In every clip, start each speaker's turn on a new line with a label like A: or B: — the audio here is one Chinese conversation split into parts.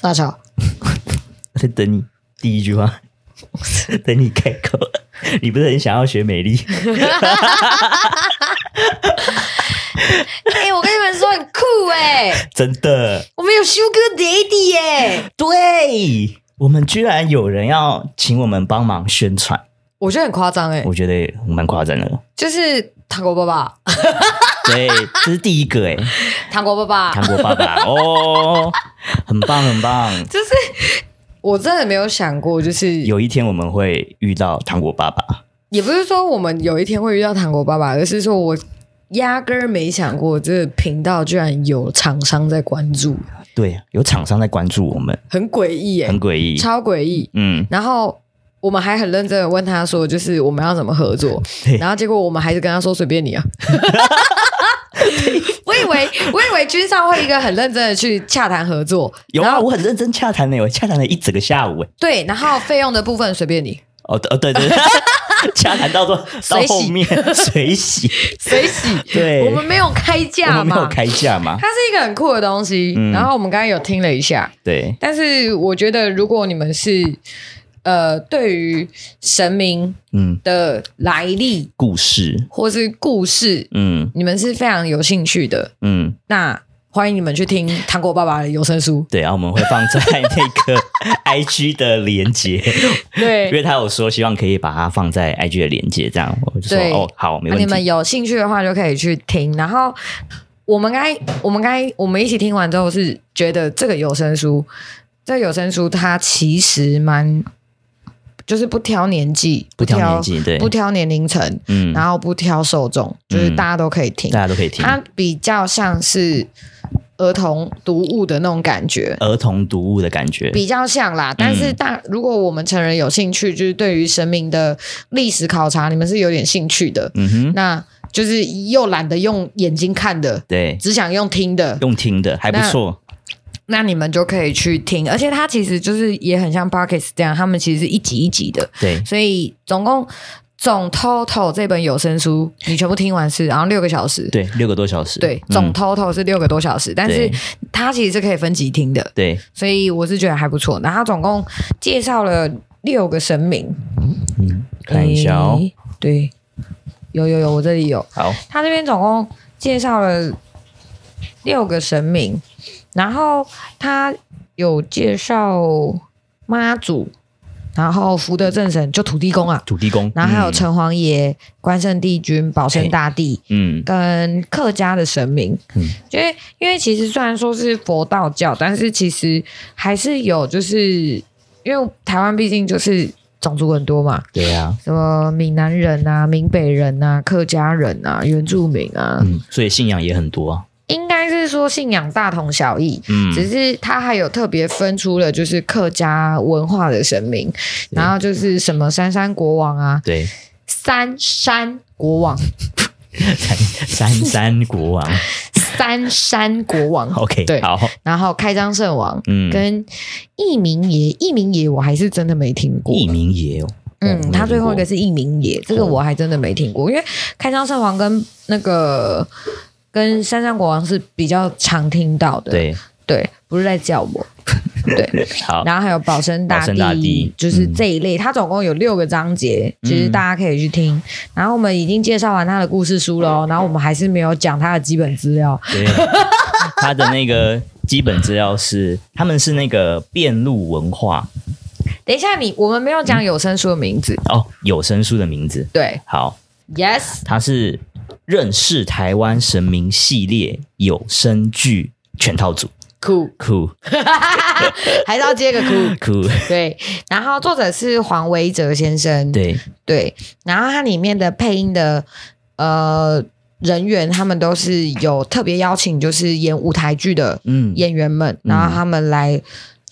A: 大乔，
B: 在等你第一句话， 等你开口。你不是很想要学美丽？
A: 哎、我跟你们说很酷哎、
B: 真的，
A: 我们有 Sugar Daddy 哎、
B: 对我们居然有人要请我们帮忙宣传，
A: 我觉得很夸张哎，
B: 我觉得蛮夸张的。
A: 就是糖果爸爸，
B: 对，这是第一个哎、
A: 糖果爸爸
B: 韩，国爸爸哦，很棒很棒。
A: 就是我真的没有想过，就是
B: 有一天我们会遇到糖果爸爸，
A: 也不是说我们有一天会遇到糖果爸爸，而是说我压根儿没想过这个频道居然有厂商在关注，
B: 对，啊有厂商在关注我们，
A: 很诡异哎
B: 很，诡异。
A: 超诡异。
B: 嗯，
A: 然后我们还很认真的问他说，就是我们要怎么合作
B: 对，
A: 然后结果我们还是跟他说随便你啊。 我以为我以为君上会一个很认真的去洽谈合作，
B: 有
A: 然
B: 啊，
A: 后
B: 我很认真洽谈呢，我洽谈了一整个下午哎。
A: 对，然后费用的部分随便你，
B: 哦，对哦对对，对 洽谈到说到
A: 水洗
B: 后面 水洗，
A: 随喜。
B: 对
A: 我们没有开
B: 我
A: 价
B: 们没有
A: 嘛，
B: 开价嘛？
A: 它是一个很酷的东西。
B: 嗯
A: 然后我们刚刚有听了一下，
B: 对，
A: 但是我觉得如果你们是呃对于神明
B: 嗯，
A: 的来历
B: 故事，
A: 或是故事，
B: 嗯
A: 你们是非常有兴趣的，
B: 嗯，
A: 那欢迎你们去听糖果爸爸的有声书。
B: 对，然后我们会放在 那个 IG 的连接，因
A: 对，
B: 为他有说希望可以把它放在 IG 的连接，这样我就说
A: 对
B: 哦，好，没
A: 啊、
B: 问
A: 你们
B: 题。
A: 有兴趣的话就可以去听。然后我们该我们该我们一起听完之后是觉得这个有声书，这个有声书它其实蛮就是不挑年纪，
B: 不挑年纪，对，
A: 不挑年龄层，
B: 嗯，
A: 然后不挑受众，就是
B: 嗯
A: 大家都可以听。
B: 大家都可以听。
A: 它比较像是儿童读物的那种感觉，
B: 儿童读物的感觉，
A: 比较像
B: 嗯
A: 啦。但是大、如果我们成人有兴趣，就是对于神明的历史考察，你们是有点兴趣的，
B: 嗯哼，
A: 那就是又懒得用眼睛看的，
B: 对，
A: 只想用听的，
B: 用听的还不错，
A: 那你们就可以去听。而且它其实就是也很像 p o c k e t 这样，他们其实是一集一集的，
B: 对，
A: 所以总共。总 total 这本有声书，你全部听完是，然后六个小时，
B: 对，六个多小时，
A: 对，
B: 嗯
A: 总 total 是六个多小时，但是
B: 对
A: 它其实是可以分集听的，
B: 对，
A: 所以我是觉得还不错。然后它总共介绍了六个神明，
B: 嗯，看一下哦，
A: 诶对，有有有，我这里有。
B: 好，
A: 它这边总共介绍了六个神明，然后它有介绍妈祖，然后福德正神就土地公啊，
B: 土地公，
A: 然后还有
B: 嗯，哎
A: 城隍爷、关圣帝君、保生大帝，
B: 嗯
A: 跟客家的神明，
B: 嗯
A: 因为因为其实虽然说是佛道教，但是其实还是有，就是因为台湾毕竟就是种族很多嘛，
B: 对啊，
A: 什么闽南人啊、闽北人啊、客家人啊、原住民啊，
B: 嗯，所以信仰也很多啊，
A: 应该是说信仰大同小异，
B: 嗯，
A: 只是它还有特别分出了就是客家文化的神明，然后就是什么三山国王啊、
B: 对，
A: 三山国王、
B: 三三三国王
A: 三山国王。
B: ，OK，
A: 对
B: 好，
A: 然后开张圣王，
B: 嗯
A: 跟佚名爷，佚名爷我还是真的没听过。
B: 佚名爷哦，哦
A: 嗯，他最后一个，是佚名爷，这个
B: 哦
A: 我还真的没听过，因为开张圣王跟那个跟山上国王是比较常听到的，
B: 没有听过
A: 对不是在叫我。对，
B: 对，好，
A: 然后还有保生大
B: 保生大帝
A: 就是
B: 嗯
A: 这一类，它总共有六个章节，其实
B: 嗯
A: 大家可以去听。然后我们已经介绍完他的故事书
B: 嗯
A: 了哦，然后我们还是没有讲他的基本资料，
B: 对， 他的那个基本资料是，他们是那个辩路文化
A: 等一下你，我们没有讲有声书的名字，
B: 哦，有声书的名字，
A: 对
B: 好，
A: ，yes，
B: 它是认识台湾神明系列有声剧全套组，
A: 酷，
B: 酷
A: 还是要接个酷。
B: 酷，
A: 对，然后作者是黄维哲先生，
B: 对，
A: 对然后它里面的配音的呃人员，他们都是有特别邀请，就是演舞台剧的
B: 嗯，
A: 演员们，然后他们来，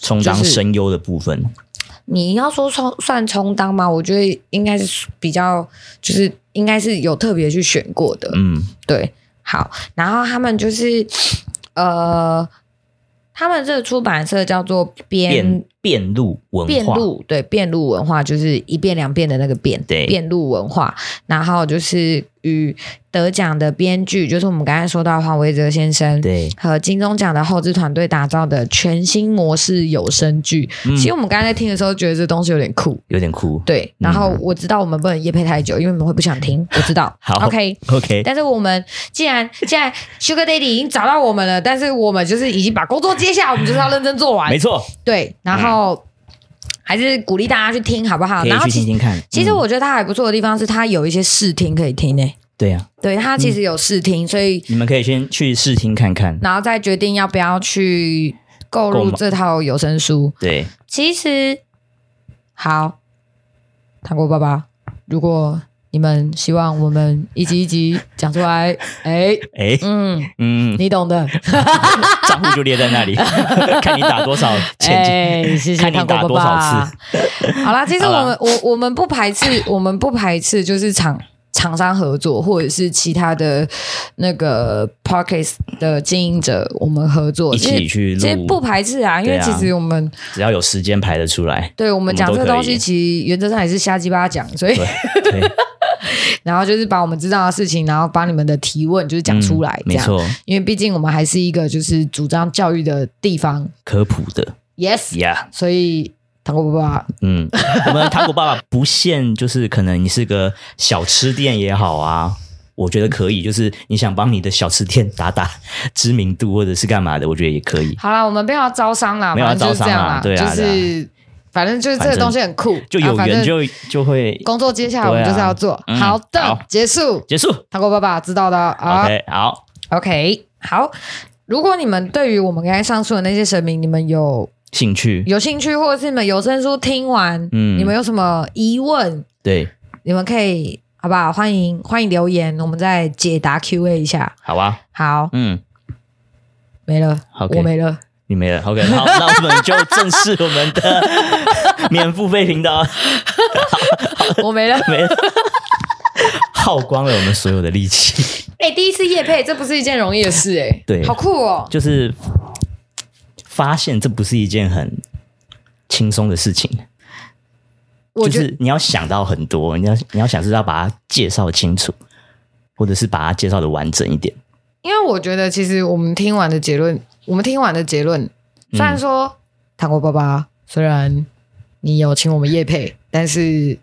B: 充当声优的部分，
A: 你要说充算充当吗？我觉得应该是比较，就是应该是有特别去选过的，
B: 嗯，
A: 对，好，然后他们就是呃，他们这个出版社叫做编
B: 变遍路文
A: 遍
B: 化，
A: 路对遍路文化就是一遍两遍的那个遍，
B: 对
A: 遍路文化。然后就是与得奖的编剧，就是我们刚才说到黄维哲先生。
B: 对，
A: 和金钟奖的后置团队打造的全新模式有声剧，
B: 嗯
A: 其实我们刚才在听的时候觉得这东西有点酷，
B: 有点酷。
A: 对。然后我知道我们不能夜配太久，因为你们会不想 听，我知道。
B: 好哎
A: ，OK。
B: OK，
A: 但是我们既然既然 Sugar Daddy 已经找到我们了，但是我们就是已经把工作接下，我们就是要认真做完
B: 没。错，
A: 对，然后、还是鼓励大家去听，好不好？
B: 可以
A: 然后
B: 去
A: 其
B: 听
A: 实
B: 听看。
A: 其实
B: 嗯
A: 我觉得它还不错的地方是，它有一些试听可以听诶、
B: 对啊，
A: 对，它其实有试听，所以
B: 你们可以先去试听看看。
A: 然后再决定要不要去购
B: 购
A: 入
B: 买
A: 这套有声书。
B: 对，
A: 其实，好，糖果爸爸，如果你们希望我们一集一集讲出来，哎，
B: 哎，
A: 嗯，
B: 嗯，
A: 你懂的，
B: 账户就列在 那里，看你打多少钱。
A: 哎， 谢谢
B: 看你
A: 糖果
B: 打
A: 爸
B: 多少
A: 爸。 好啦，其实
B: 好啦
A: 我们我我们不排 斥，我们不排斥就是厂厂商合作，或者是其他的那个 p o c k e t 的经营者，我们合作
B: 一起
A: 其实
B: 去录
A: 其实不排斥啊，因为
B: 对啊
A: 其实我们
B: 只要有时间排得出来。
A: 对我们讲
B: 我
A: 这
B: 们
A: 个
B: 都可以
A: 东西，其实原则上也是瞎鸡巴讲，所以
B: 对对，
A: 然后就是把我们知道的事情，然后把你们的提问就是讲出来
B: 嗯，
A: 这
B: 没
A: 样。
B: 错，
A: 因为毕竟我们还是一个就是主张教育的地方
B: 科普的
A: ，yes，
B: 呀
A: 所以糖果爸爸
B: 嗯，我们糖果爸爸不限，就是可能你是个小吃店也好啊，我觉得可以，就是你想帮你的小吃店打打知名度或者是干嘛的，我觉得也可以。
A: 好啦，我们不要招商啦，
B: 没有要
A: 反正就是
B: 招
A: 这
B: 商
A: 样
B: 啦
A: 啦，
B: 对啊
A: 就是反正就是这个
B: 反正
A: 东西很酷，
B: 就
A: 啊
B: 有
A: 反
B: 缘
A: 正
B: 就就会
A: 工作接下来我
B: 对啊
A: 们就是要做
B: 嗯
A: 好的
B: 好
A: 结束。
B: 结束。
A: 糖果爸爸知道的啊
B: OK，好，
A: ，OK，好。如果你们对于我们刚才上述的那些神明，你们有
B: 兴趣，
A: 有兴趣，或者是你们有声书听完，
B: 嗯
A: 你们有什么疑问，
B: 对，
A: 你们可以好不好？欢迎欢迎留言，我们再解答 Q&A 一下。
B: 好啊，
A: 好，
B: 嗯，
A: 没了
B: OK
A: 我没了。
B: 你没了，OK，好，那我们就正式我们的 免付费频道，
A: 我没了。
B: 没了，耗光了我们所有的力气，
A: 哎、第一次夜配，这不是一件容易的事哎、
B: 对
A: 好酷哦、
B: 就是发现这不是一件很轻松的事情，
A: 我
B: 就
A: 觉得
B: 是你要想到很多，你要你要想是要把它介绍清楚，或者是把它介绍的完整一点，
A: 因为我觉得其实我们听完的结论，我们听完的结论，
B: 嗯
A: 虽然说糖果爸爸虽然你有请我们叶配，但是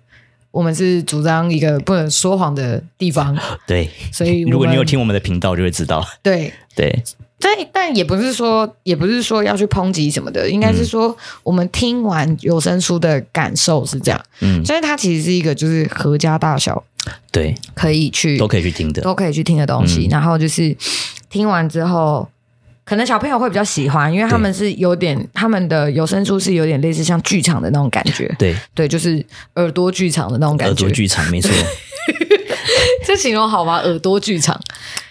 A: 我们是主张一个不能说谎的地 方，
B: 对，
A: 所以我们
B: 如果你有听我们的频道就会知道，
A: 对。
B: 对，
A: 但但也不是说，也不是说要去抨击什么的，应该是说我们听完有声书的感受是这样，
B: 嗯，
A: 所以它其实是一个就是合家大小
B: 对，
A: 可以去
B: 都可以去听的，
A: 都可以去听的东西。
B: 嗯
A: 然后就是听完之后，可能小朋友会比较喜欢，因为他们是有点他们的有声书是有点类似像剧场的那种感觉，
B: 对，
A: 对，就是耳朵剧场的那种
B: 耳
A: 感觉
B: 朵。剧场没错。
A: 这形容好吗？耳朵剧场，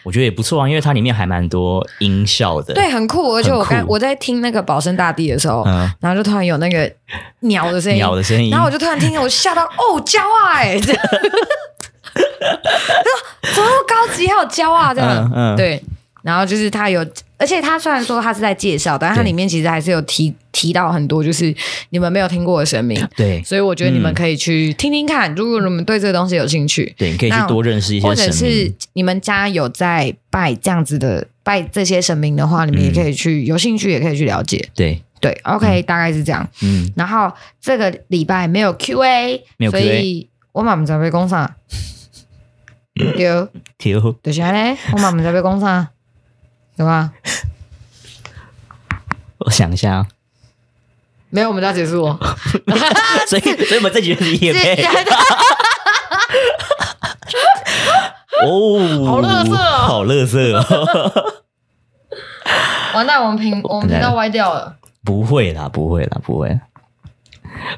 B: 我觉得也不错啊，因为它里面还蛮多音效的。
A: 对，很酷。而且我刚
B: 酷
A: 我在听那个《保生大帝》的时候，
B: 嗯
A: 然后就突然有那个鸟的声音，
B: 鸟的声音
A: 然后我就突然听见，我吓到哦，骄傲 哎、欸，这样怎么那么高级还有骄傲这样？
B: 嗯嗯
A: 对。然后就是他有，而且他虽然说他是在介绍，但是它
B: 对
A: 里面其实还是有提提到很多，就是你们没有听过的神明，
B: 对
A: 所以我觉得你们可以去听听看，如果你们对这个东西有兴趣，
B: 对，你可以
A: 那
B: 去多认识一
A: 或
B: 些
A: 者
B: 神
A: 是
B: 明。
A: 你们家有在拜这样子的拜这些神明的话，你们也
B: 嗯
A: 可以去、有兴趣也可以去了解。
B: 对，
A: 对，OK，、大概是这样。
B: 嗯，
A: 然后这个礼拜没有 Q&A，
B: 没有 Q&A
A: 所以我嘛唔知被讲 啥。对，
B: 挺好
A: 就是安尼，我嘛唔知被讲啥，对吧？
B: 我想一下啊，
A: 没有，我们就要结束哦。
B: 所以所以我们这集就是夜配哦，
A: 好垃圾哦
B: 好乐色哦，
A: 完蛋，我们频我们频道歪掉了。
B: 不会啦，不会啦，不会啦。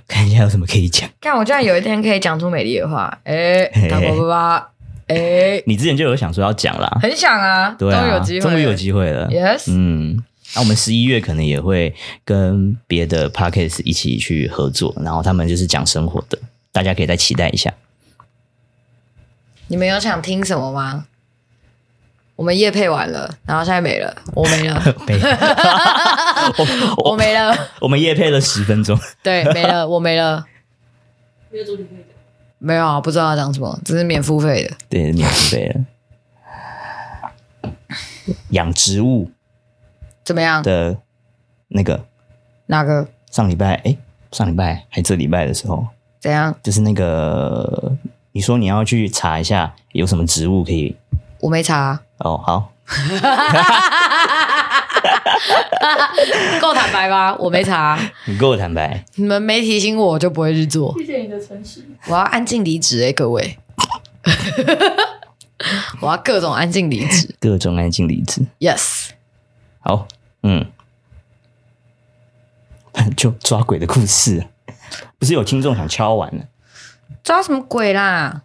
B: 看一下有什么可以讲。
A: 看，我居然有一天可以讲出美丽的话，哎、糖果爸爸，哎、
B: 你之前就有想说要讲啦，
A: 很想啊，
B: 对
A: 终于
B: 啊
A: 有机，会，
B: 终于有机会了。
A: Yes
B: 嗯，那、我们十一月可能也会跟别的 p a r k e s 一起去合作，然后他们就是讲生活的，大家可以再期待一下。
A: 你们有想听什么吗？我们夜配完了，然后现在没了，我没 了，
B: 没，我
A: 我
B: 我
A: 没了，
B: 我们夜配了十分钟，
A: 对，没 了，我没了，
C: 没有主题可以讲。
A: 没有啊，不知道要讲什么，这是免付费的。
B: 对，免费了。养植物
A: 怎么样？
B: 的那个
A: 哪个？
B: 上礼拜，哎，上礼拜还这礼拜的时候，
A: 怎样？
B: 就是那个你说你要去查一下有什么植物可以
A: 我没查啊、
B: 哦，好，
A: 够坦白吧？我没查啊、
B: 你跟我坦白，
A: 你们没提醒我，我就不会去做。
C: 谢谢你的诚实。
A: 我要安静离职哎，各位， 我要各种安静离职。
B: 各种安静离职，
A: Yes，
B: 好，嗯， 就抓鬼的故事，不是有听众想敲完了。
A: 抓什么鬼啦？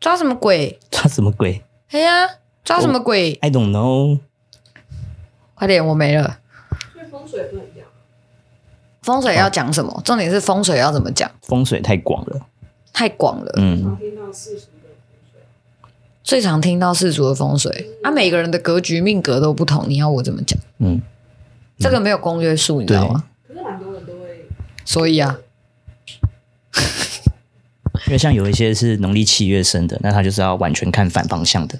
A: 抓什么鬼？
B: 抓什么鬼
A: 哎呀，抓什么鬼？
B: ？I don't know。
A: 快点，我没了。
C: 所以风水不能讲。
A: 风水要讲什么？重点是风水要怎么讲？
B: 风水太广了，
A: 太广了，
B: 嗯，
C: 常听到世俗的风水，
A: 最常听到世俗的风水。啊，每个人的格局命格都不同，你要我怎么讲？
B: 嗯，
A: 这个没有公约数，你知
B: 对
A: 道吗？
C: 可是蛮多人都会
A: 所以啊，
B: 因为像有一些是农历七月生的，那他就是要完全看反方向的，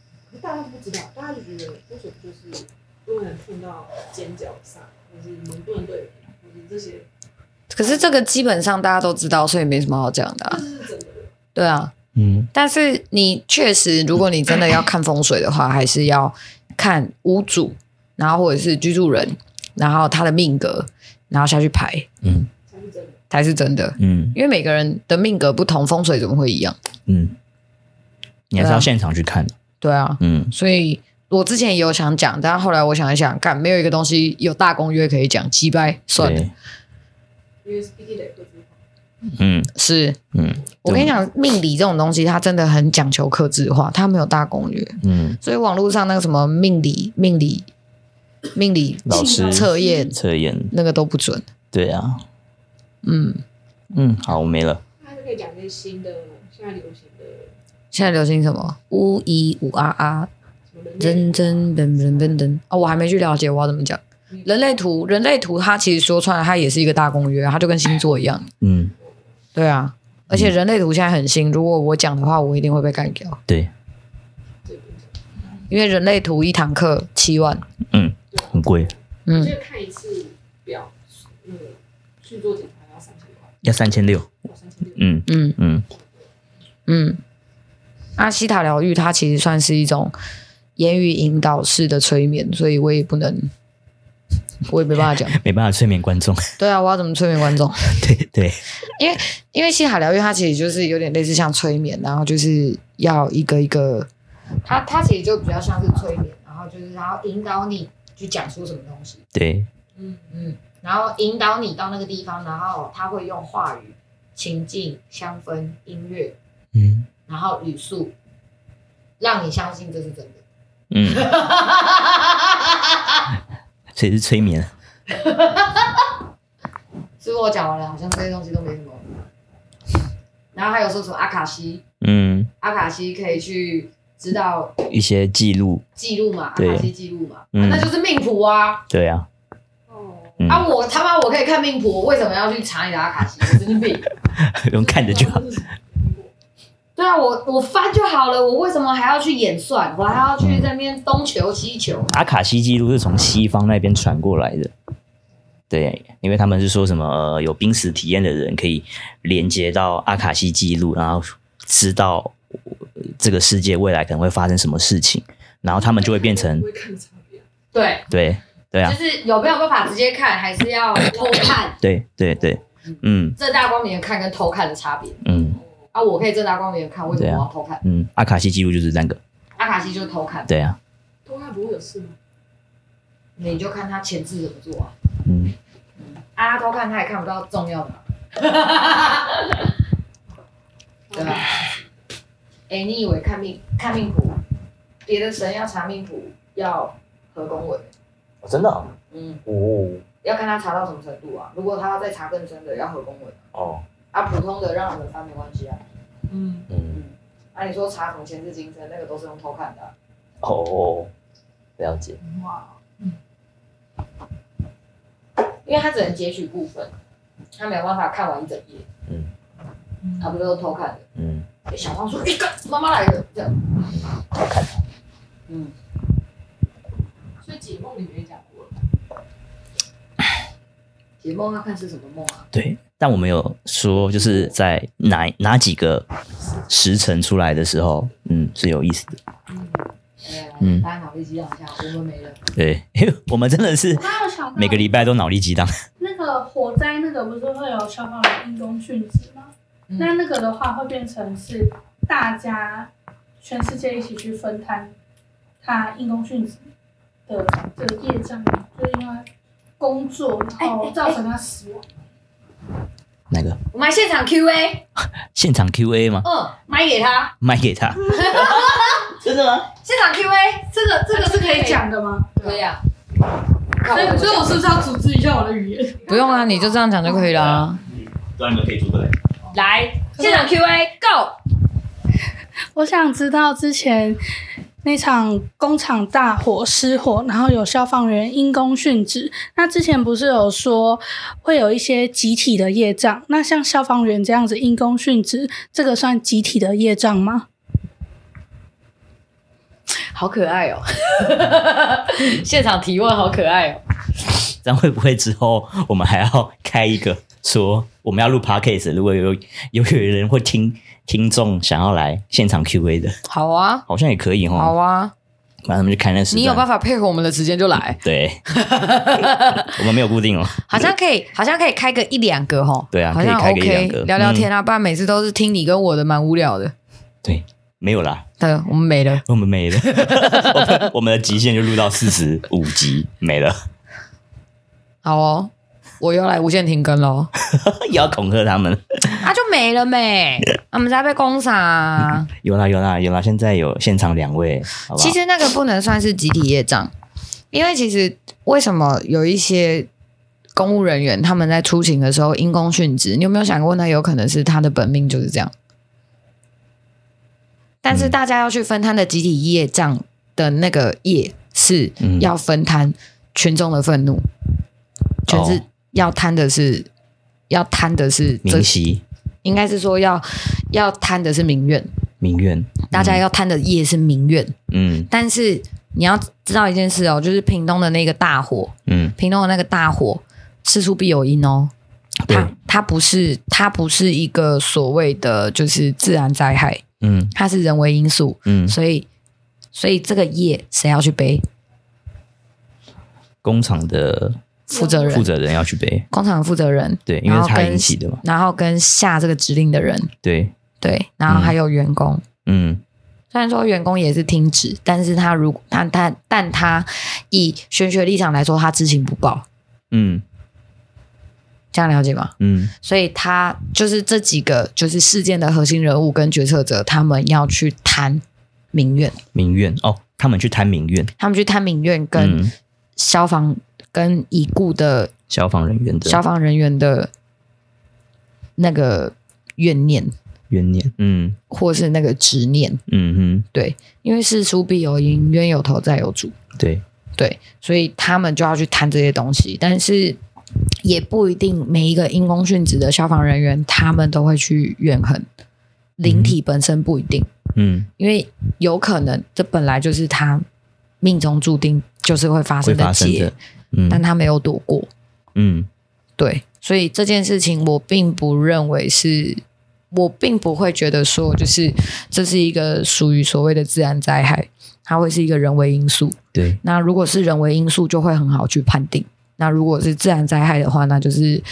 C: 可是大家都不知道，大家就觉得风水不就是不能碰到尖角上，或是门不能对平，或是这些，
A: 可是这个基本上大家都知道，所以没什么好讲的、
C: 这
A: 啊。
C: 是真的。
A: 对啊，
B: 嗯，
A: 但是你确实，如果你真的要看风水的话，还是要看屋主，然后或者是居住人，然后他的命格，然后下去排
B: 嗯
C: 才是真的。
A: 才是真的。
B: 嗯
A: 因为每个人的命格不同，风水怎么会一样？
B: 嗯，你还是
A: 对
B: 要
A: 啊
B: 现场去看，
A: 对啊，
B: 嗯，
A: 所以我之前也有想讲，但后来我想一想，干没有一个东西有大公约可以讲，击败算了
B: 对。，
C: 因为毕竟得各自化，
B: 嗯
A: 是
B: 嗯，
A: 我跟你讲，命理这种东西，它真的很讲求克制化，它没有大公约。
B: 嗯，
A: 所以网络上那个什么命理、命理、命理
B: 老师
A: 测验
B: 测验，
A: 那个都不准。
B: 对啊，
A: 嗯，
B: 嗯，好，没了，
C: 那就可以讲一些新的现在流行的
A: 现在流行什么乌一五啊啊，
C: 什么人类
A: 真真等等等等啊，我还没去了解我要怎么讲。人类图，人类图它其实说穿了，它也是一个大公约，啊它就跟星座一样。
B: 嗯，
A: 对啊，而且人类图现在很新，如果我讲的话，我一定会被干掉，
B: 对，
C: 这个，
A: 因为人类图一堂课七万。
B: 嗯，很贵，
C: 我
A: 嗯，
C: 记得看一次表，那个去做检查要三千块，
B: 要三千六，
C: 要三千六。
B: 嗯
A: 嗯
B: 嗯，
A: 嗯，阿西塔疗愈它其实算是一种言语引导式的催眠，所以我也不能， 我也没办 法讲。
B: 没办法催眠观众，
A: 对啊，我要怎么催眠观众？
B: 对对，
A: 因为西塔疗愈它其实就是有点类似像催眠，然后就是要一个一个，它它其实就比较像是催眠，然后就是然后引导你去讲出什么东西，
B: 对，
C: 嗯，
A: 嗯，然后引导你到那个地方，然后他会用话语、情境、香氛、音乐，
B: 嗯
A: 然后语速，让你相信这是真的。
B: 嗯， 所以是催眠，啊
A: 是不是我讲完了，好像这些东西都没什么。然后还有说什么阿卡西，
B: 嗯，
A: 阿卡西可以去知道
B: 一些记录，
A: 记录嘛，阿
B: 对
A: 卡西记录嘛、
B: 嗯
A: 啊那就是命谱啊！
B: 对啊，
C: 哦，
B: 嗯
A: 啊，我他妈我可以看命谱，我为什么要去查你的阿卡西？我神经病！
B: 用看着就好。
A: 对啊，我我翻就好了，我为什么还要去演算？我还要去那边东求西求？
B: 阿卡西记录是从西方那边传过来的，对，因为他们是说什么、呃、有濒死体验的人可以连接到阿卡西记录，然后知道呃这个世界未来可能会发生什么事情，然后他们就会变成
C: 不会看差别。
A: 对，
B: 对对啊
A: 就，是有没有办法直接看，还是要偷看？
B: 对对对，嗯
A: 正大光明的看跟偷看的差别
B: 嗯
A: 啊！我可以正大光明的看，为什么
B: 对啊
A: 我要偷看？
B: 嗯，阿卡西记录就是那个，
A: 阿卡西就是偷看，
B: 对啊，
C: 东汉不会有事吗？
A: 你就看他前置怎么做啊。
B: 嗯，
A: 啊，偷看他也看不到重要的啊嘛，对吧？哎、你以为看命看命谱，别的神要查命谱要合公文，
B: 真的哦
A: 嗯，
B: 哦
A: 要看他查到什么程度啊。如果他要再查更深的，要合公文
B: 哦
A: 啊。普通的让人翻没关系啊，
C: 嗯，
B: 嗯
A: 啊，
D: 那你说查什么前世今生，那个都是用偷看的啊、
B: 哦，了解，
D: 哇，因为他只能截取部分，他没有办法看完一整页。
B: 嗯
D: 啊，不是都偷看
B: 嗯，
D: 的。小胖说：“一个妈妈来了。”这样，
B: 好看，
D: 嗯，
C: 所以解梦里面也讲过了，
D: 解梦要看是什么梦啊？
B: 对。但我们有说，就是在哪哪几个时辰出来的时候，嗯，是有意思的。
D: 嗯，
B: 嗯
D: 大家脑力激荡一下，我们没了。
B: 对，因为我们真的是
E: 我刚刚有想到
B: 每个礼拜都脑力激荡。
E: 那个火灾那个不是会有消防员因公殉职吗？
D: 嗯
E: 那那个的话会变成是大家全世界一起去分摊他因公殉职的这个业障，就是因为工作然后造成他死亡。
B: 哪个？
D: 我们来现场 Q A，
B: 现场 Q&A 吗？
D: 嗯，买给他。
B: 卖给他？真的吗？
D: 现场 Q A，这个这
E: 这
D: 个
E: 个
D: 是
E: 是
D: 可
E: 可
D: 以
E: 以
D: 讲，
E: 讲的吗？
D: 可以啊。
C: 所以所以我是不是要组织一下我的语言？
A: 不用啊，你就这样讲就可以了啊。
B: 对，你们可以做过来。
D: 来现场 Q A Go，
E: 我想知道之前那场工厂大火失火，然后有消防员因公殉职。那之前不是有说会有一些集体的业障？那像消防员这样子因公殉职，这个算集体的业障吗？
A: 好可爱哦！ 现场提问好可爱哦！
B: 这样会不会之后我们还要开一个说我们要录 podcast？如果有有有人会听听众想要来现场 Q&A 的，
A: 好啊，
B: 好像也可以
A: 好
B: 哦。
A: 啊，
B: 那他们就开那时
A: 你有办
B: 段。
A: 法配合我们的时间就来，
B: 对，我们没有固定哦。
A: 好像可以，好像可以开个一两个吼。
B: 对啊
A: 好像
B: 可以开个一两
A: OK，
B: 个嗯
A: 聊聊天啊，不然每次都是听你跟我的，蛮无聊的。
B: 对，没有啦，
A: 对，我们没了。
B: 我们没了。 我们我们的极限就录到四十五集，没了。
A: 好哦，我又来无限停更喽，
B: 也要恐吓他们。
A: 啊，就没了 没，我们在被攻杀啊。
B: 有啦有啦有啦，现在有现场两位，好不好
A: 其实那个不能算是集体业障，因为其实为什么有一些公务人员他们在出勤的时候因公殉职，你有没有想过那有可能是他的本命就是这样？但是大家要去分摊的集体业障的那个业是
B: 嗯
A: 要分摊群众的愤怒，全是
B: 哦
A: 要摊的是要摊的是这
B: 明熙
A: 应该是说要要摊的是民怨，
B: 明苑，
A: 大家要摊的业是民怨。
B: 嗯
A: 但是你要知道一件事哦，就是屏东的那个大火，
B: 嗯，
A: 屏东的那个大火，事出必有因哦。
B: 对，
A: 它它不是它不是一个所谓的就是自然灾害，
B: 嗯
A: 它是人为因素，
B: 嗯，
A: 所以所以这个业谁要去背？
B: 工厂的
A: 负责人
B: 负，责人要去背，
A: 工厂的负责人，
B: 对，因为
A: 然
B: 是
A: 后
B: 他
A: 跟
B: 引起的嘛，
A: 然后跟下这个指令的人，
B: 对，
A: 对，然后还有员工。
B: 嗯
A: 虽然说员工也是听旨，但是他如他他但他以玄学立场来说，他知情不报，
B: 嗯
A: 这样了解吗？
B: 嗯
A: 所以他就是这几个就是事件的核心人物跟决策者，他们要去谈民怨，
B: 民怨哦，他们去谈民怨，
A: 他们去谈民怨跟
B: 嗯，
A: 消防、跟已故的
B: 消防人员
A: 消
B: 的
A: 防人员的那个怨念
B: 怨念，嗯
A: 或是那个执念，
B: 嗯
A: 对，因为事出必有因，冤有头债有主，
B: 哼，对，
A: 对，所以他们就要去谈这些东西，但是。也不一定每一个因公殉职的消防人员，他们都会去怨恨灵体本身不一定，
B: 嗯，
A: 因为有可能这本来就是他命中注定就是会发
B: 会
A: 生的
B: 发生
A: 劫，
B: 的，嗯
A: 但他没有躲过。
B: 嗯
A: 对，所以这件事情我并不认为是，我并不会觉得说就是这是一个属于所谓的自然灾害，它会是一个人为因素。
B: 对，
A: 那如果是人为因素，就会很好去判定。那如果是自然灾害的话，那就是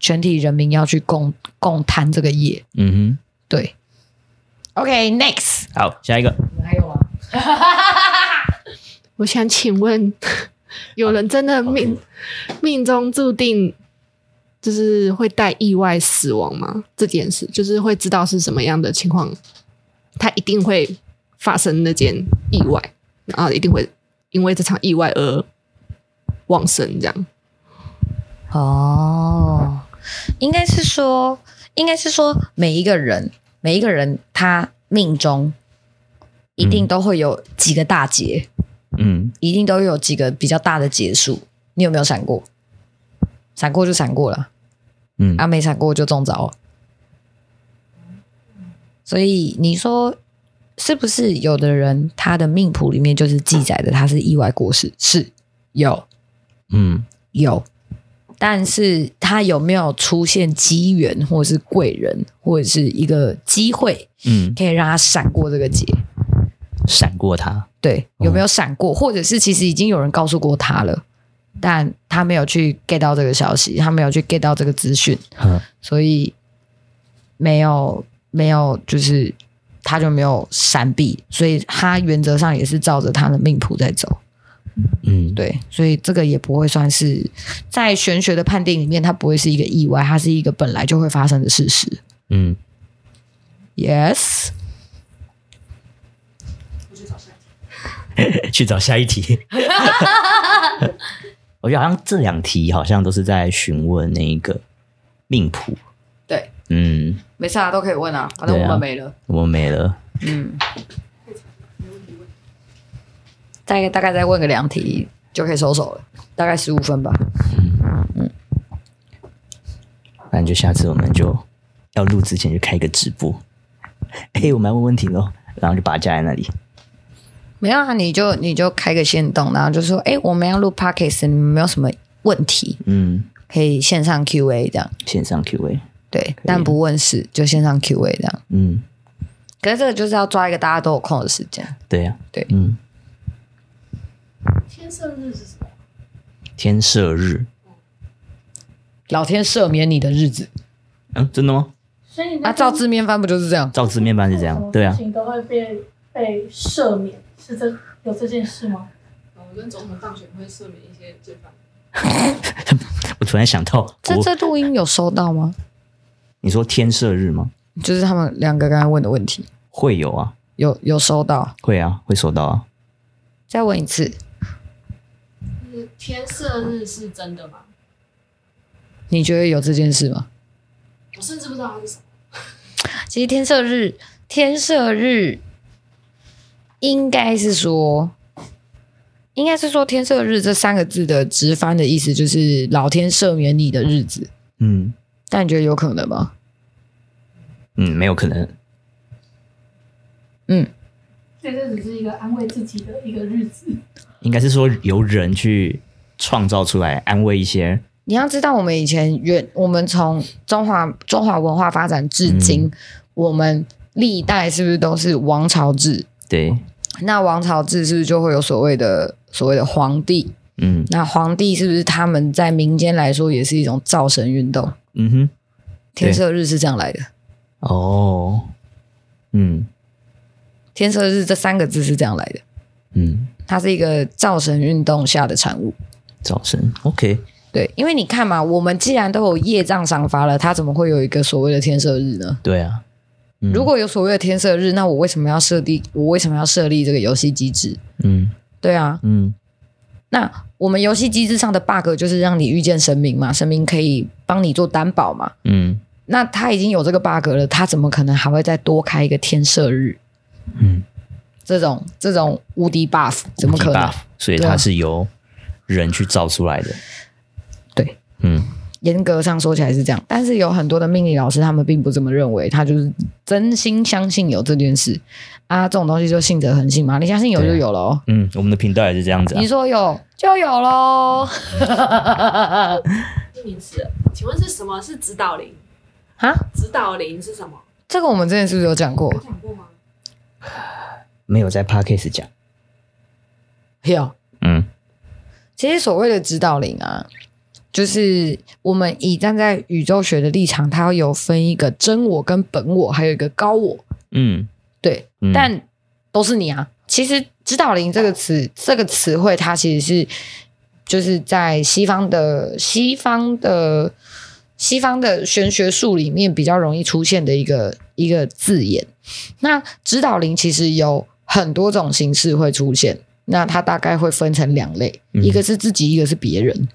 A: 全体人民要去共共摊这个业。
B: 嗯
A: 对，OK，next，、
B: 哼，好，下一个，
D: 你们还有吗？
F: 我想请问， 有人真的命命中注定就是会带意外死亡吗？这件事就是会知道是什么样的情况，他一定会发生那件意外，然后一定会因为这场意外而往生，这样
A: 哦，应该是说，应该是说每一个人，每一个人他命中，一定都会有几个大节，
B: 嗯，
A: 一定都有几个比较大的结束。你有没有闪过？闪过就闪过了，
B: 嗯
A: 啊，没闪过就中招了。所以你说是不是有的人他的命谱里面就是记载的他是意外过世？是有，
B: 嗯
A: 有，但是他有没有出现机缘，或者是贵人，或者是一个机会，
B: 嗯，
A: 可以让他闪过这个劫？
B: 闪过他，
A: 对，有没有闪过？或者是其实已经有人告诉过他了，但他没有去 get 到这个消息，他没有去 get 到这个资讯，
B: 嗯
A: 所以没有没有就是。他就没有闪避，所以他原则上也是照着他的命谱在走。
B: 嗯，
A: 对，所以这个也不会算是在玄学的判定里面，它不会是一个意外，它是一个本来就会发生的事实。
B: 嗯，
A: Yes，
B: 去找下一题。 我觉得好像这两题好像都是在询问那一个命谱。
A: 对，
B: 嗯，
A: 没事啊，都可以问啊，反
B: 对啊
A: 了。
B: 我们没了。
A: 嗯，再大概再问个两题就可以收手了，大概十五分吧。
B: 那你就下次我们就要录之前就开一个直播。 哎、我们来问问题喽，然后就把它加在那里。
A: 没有啊，你就你就开个线动，然后就说，哎、我们要录 podcast，你们有没有什么问题
B: 嗯，
A: 可以线上 Q&A 这样？
B: 线上 Q&A。
A: 对，但不问事就线上 Q&A 这样。
B: 嗯，
A: 可是这个就是要抓一个大家都有空的时间。
B: 对呀、
A: 对
B: 嗯，
C: 天赦日是什么？
B: 天赦日。
A: 老天赦免你的日子。
B: 嗯，真的吗？
E: 所以
A: 啊，照字面翻不就是这样？
B: 照字面办是这
A: 哦
B: 样。对啊
E: 事，情都会被被赦免，是这有这件事吗？
C: 我们跟总统当选会赦免一些罪犯。
B: 我突然想到
A: 这
B: 国，
A: 这录音有收到吗？
B: 你说天赦日吗？
A: 就是他们两个刚才问的问题，
B: 会有啊，
A: 有有收到。
B: 会啊，会收到啊。
A: 再问一次，
C: 就是天赦日是真的吗？
A: 你觉得有这件事吗？
C: 我甚至不知道它是什么。
A: 其实天赦日，天赦日应该是说，应该是说天赦日这三个字的直翻的意思就是老天赦免你的日子。
B: 嗯
A: 但你觉得有可能吗？
B: 嗯，没有可能。
A: 嗯，
E: 所以这只是一个安慰自己的一个日子。
B: 应该是说由人去创造出来，安慰一些。
A: 你要知道，我们以前原我们从中华中华文化发展至今，
B: 嗯
A: 我们历代是不是都是王朝制？
B: 对，
A: 那王朝制是不是就会有所谓的所谓的皇帝？
B: 嗯
A: 那皇帝是不是他们在民间来说也是一种造神运动？
B: 嗯哼，
A: 天
B: 对
A: 赦日是这样来的，
B: 哦，嗯
A: 天赦日这三个字是这样来的，
B: 嗯，
A: 它是一个造神运动下的产物。
B: 早晨，OK，
A: 对，因为你看嘛，我们既然都有业障赏罚了，它怎么会有一个所谓的天赦日呢？
B: 对啊，嗯
A: 如果有所谓的天赦日，那我为什么要设立？我为什么要设立这个游戏机制？
B: 嗯
A: 对啊，
B: 嗯
A: 那我们游戏机制上的 bug 就是让你遇见神明嘛，神明可以帮你做担保嘛。
B: 嗯
A: 那他已经有这个 bug 了，他怎么可能还会再多开一个天赦日？
B: 嗯，
A: 这种这种无敌 buff 怎么可能
B: Debuff，？所以
A: 对啊
B: 它是由人去造出来的。
A: 对，
B: 嗯
A: 严格上说起来是这样，但是有很多的命理老师他们并不这么认为，他就是真心相信有这件事啊，这种东西就信者恒信嘛，你相信有就有了哦。
B: 嗯，我们的频道也是这样子啊
A: 你。说有就有喽。
C: 一名词，请问是什么是指导灵？
A: 啊，
C: 指导灵是什么？
A: 这个我们之前是不是有讲过
C: 有？讲过吗？
B: 没有在 Podcast 讲，
A: 有。
B: 嗯
A: 其实所谓的指导灵啊，就是我们以站在宇宙学的立场，它有分一个真我跟本我，还有一个高我。
B: 嗯
A: 对，
B: 嗯，
A: 但都是你啊。其实“指导灵”这个词，这个词汇，它其实是就是在西方的西方的西方的玄学术里面比较容易出现的一个一个字眼。那指导灵其实有很多种形式会出现，那它大概会分成两类，
B: 嗯
A: 一个是自己，一个是别人。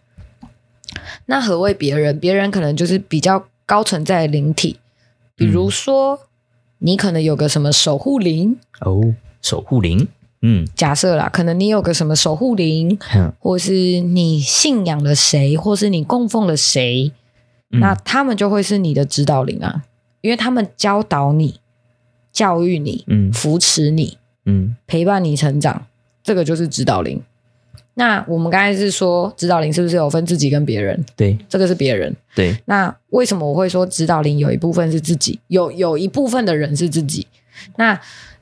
A: 那何
B: 嗯
A: 谓别人？别人可能就是比较高存在的灵体，比如说你可能有个什么守护灵，
B: 哦，守护灵，嗯，
A: 假设啦，可能你有个什么守护灵，
B: 哼
A: 或是你信仰了谁，或是你供奉了谁，
B: 嗯
A: 那他们就会是你的指导灵啊，因为他们教导你、教育你、
B: 嗯
A: 扶持你、
B: 嗯
A: 陪伴你成长，这个就是指导灵。那我们刚才是说，指导灵是不是有分自己跟别人？
B: 对
A: 这个是别人。
B: 对，
A: 那为什么我会说指导灵有一部分是自己，有有一部分的人是自己？那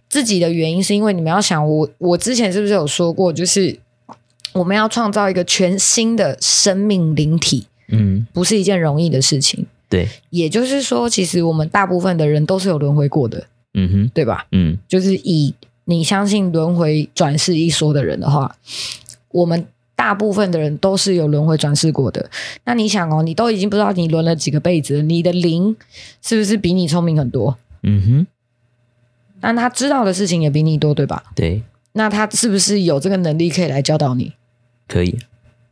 A: 自己的原因是因为你们要想我，我之前是不是有说过，就是我们要创造一个全新的生命灵体，
B: 嗯
A: 不是一件容易的事情。
B: 对，
A: 也就是说，其实我们大部分的人都是有轮回过的，
B: 嗯哼，
A: 对吧？
B: 嗯
A: 就是以你相信轮回转世一说的人的话，我们大部分的人都是有轮回转世过的。那你想哦，你都已经不知道你轮了几个辈子了，你的灵是不是比你聪明很多？
B: 嗯哼，
A: 那他知道的事情也比你多，对吧？
B: 对，
A: 那他是不是有这个能力可以来教导你？
B: 可以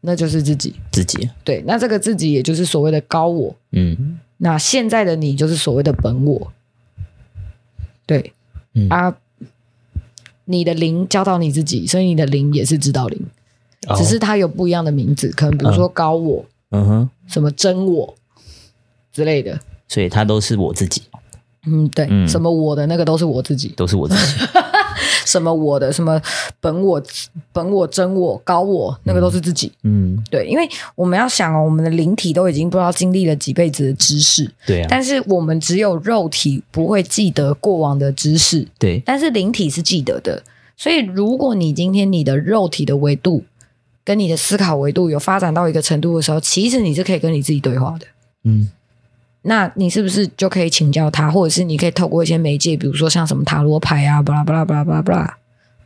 A: 那就是自己。
B: 自己，
A: 对，那这个自己也就是所谓的高我。
B: 嗯
A: 那现在的你就是所谓的本我。对
B: 嗯
A: 啊，你的灵教导你自己，所以你的灵也是指导灵。
B: 哦
A: 只是它有不一样的名字，可能比如说高我、
B: 嗯哼，
A: 什么真我之类的。
B: 所以它都是我自己，
A: 嗯，对，
B: 嗯
A: 什么我的那个都是我自己，
B: 都是我自己，
A: 什么我的什么本我、本我、真我、高我，那个都是自己。
B: 嗯，
A: 对，因为我们要想哦，我们的灵体都已经不知道经历了几辈子的知识，
B: 对啊，
A: 但是我们只有肉体不会记得过往的知识，
B: 对，
A: 但是灵体是记得的。所以，如果你今天你的肉体的维度跟你的思考维度有发展到一个程度的时候，其实你是可以跟你自己对话的。
B: 嗯
A: 那你是不是就可以请教他，或者是你可以透过一些媒介，比如说像什么塔罗牌啊、巴拉巴拉巴拉巴拉巴拉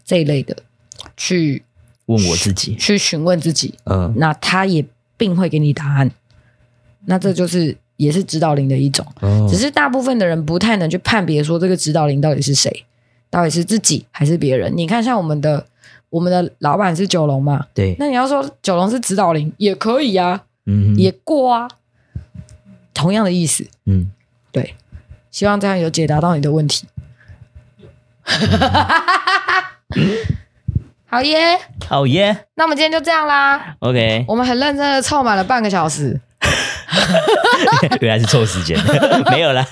A: 这一类的，去
B: 问我自己，
A: 去询问自己，
B: 嗯
A: 那他也并会给你答案。那这就是也是指导灵的一种，
B: 哦
A: 只是大部分的人不太能去判别说这个指导灵到底是谁，到底是自己还是别人。你看，像我们的我们的老板是九龙嘛，
B: 对，
A: 那你要说九龙是指导灵也可以啊，
B: 嗯哼
A: 也过啊，同样的意思。
B: 嗯，
A: 对，希望这样有解答到你的问 题。好耶，
B: 好哦耶
A: 那我们今天就这样啦。
B: ，OK，
A: 我们很认真的凑满了半个小时，
B: 原来是凑时间， 没有啦，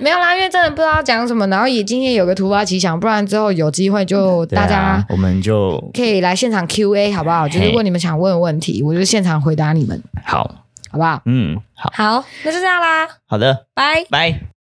A: 没有啦，因为真的不知道讲什么，然后也今天有个突发奇想，不然之后有机会就
B: 对
A: 大
B: 啊
A: 家
B: 我们就
A: 可以来现场 Q A 好不好？就是
B: 嘿
A: 问你们想问的问题，我就现场回答你们
B: 好，
A: 好不好？
B: 嗯，好
A: 好，那就这样啦，
B: 好的，
A: 拜。
B: 拜。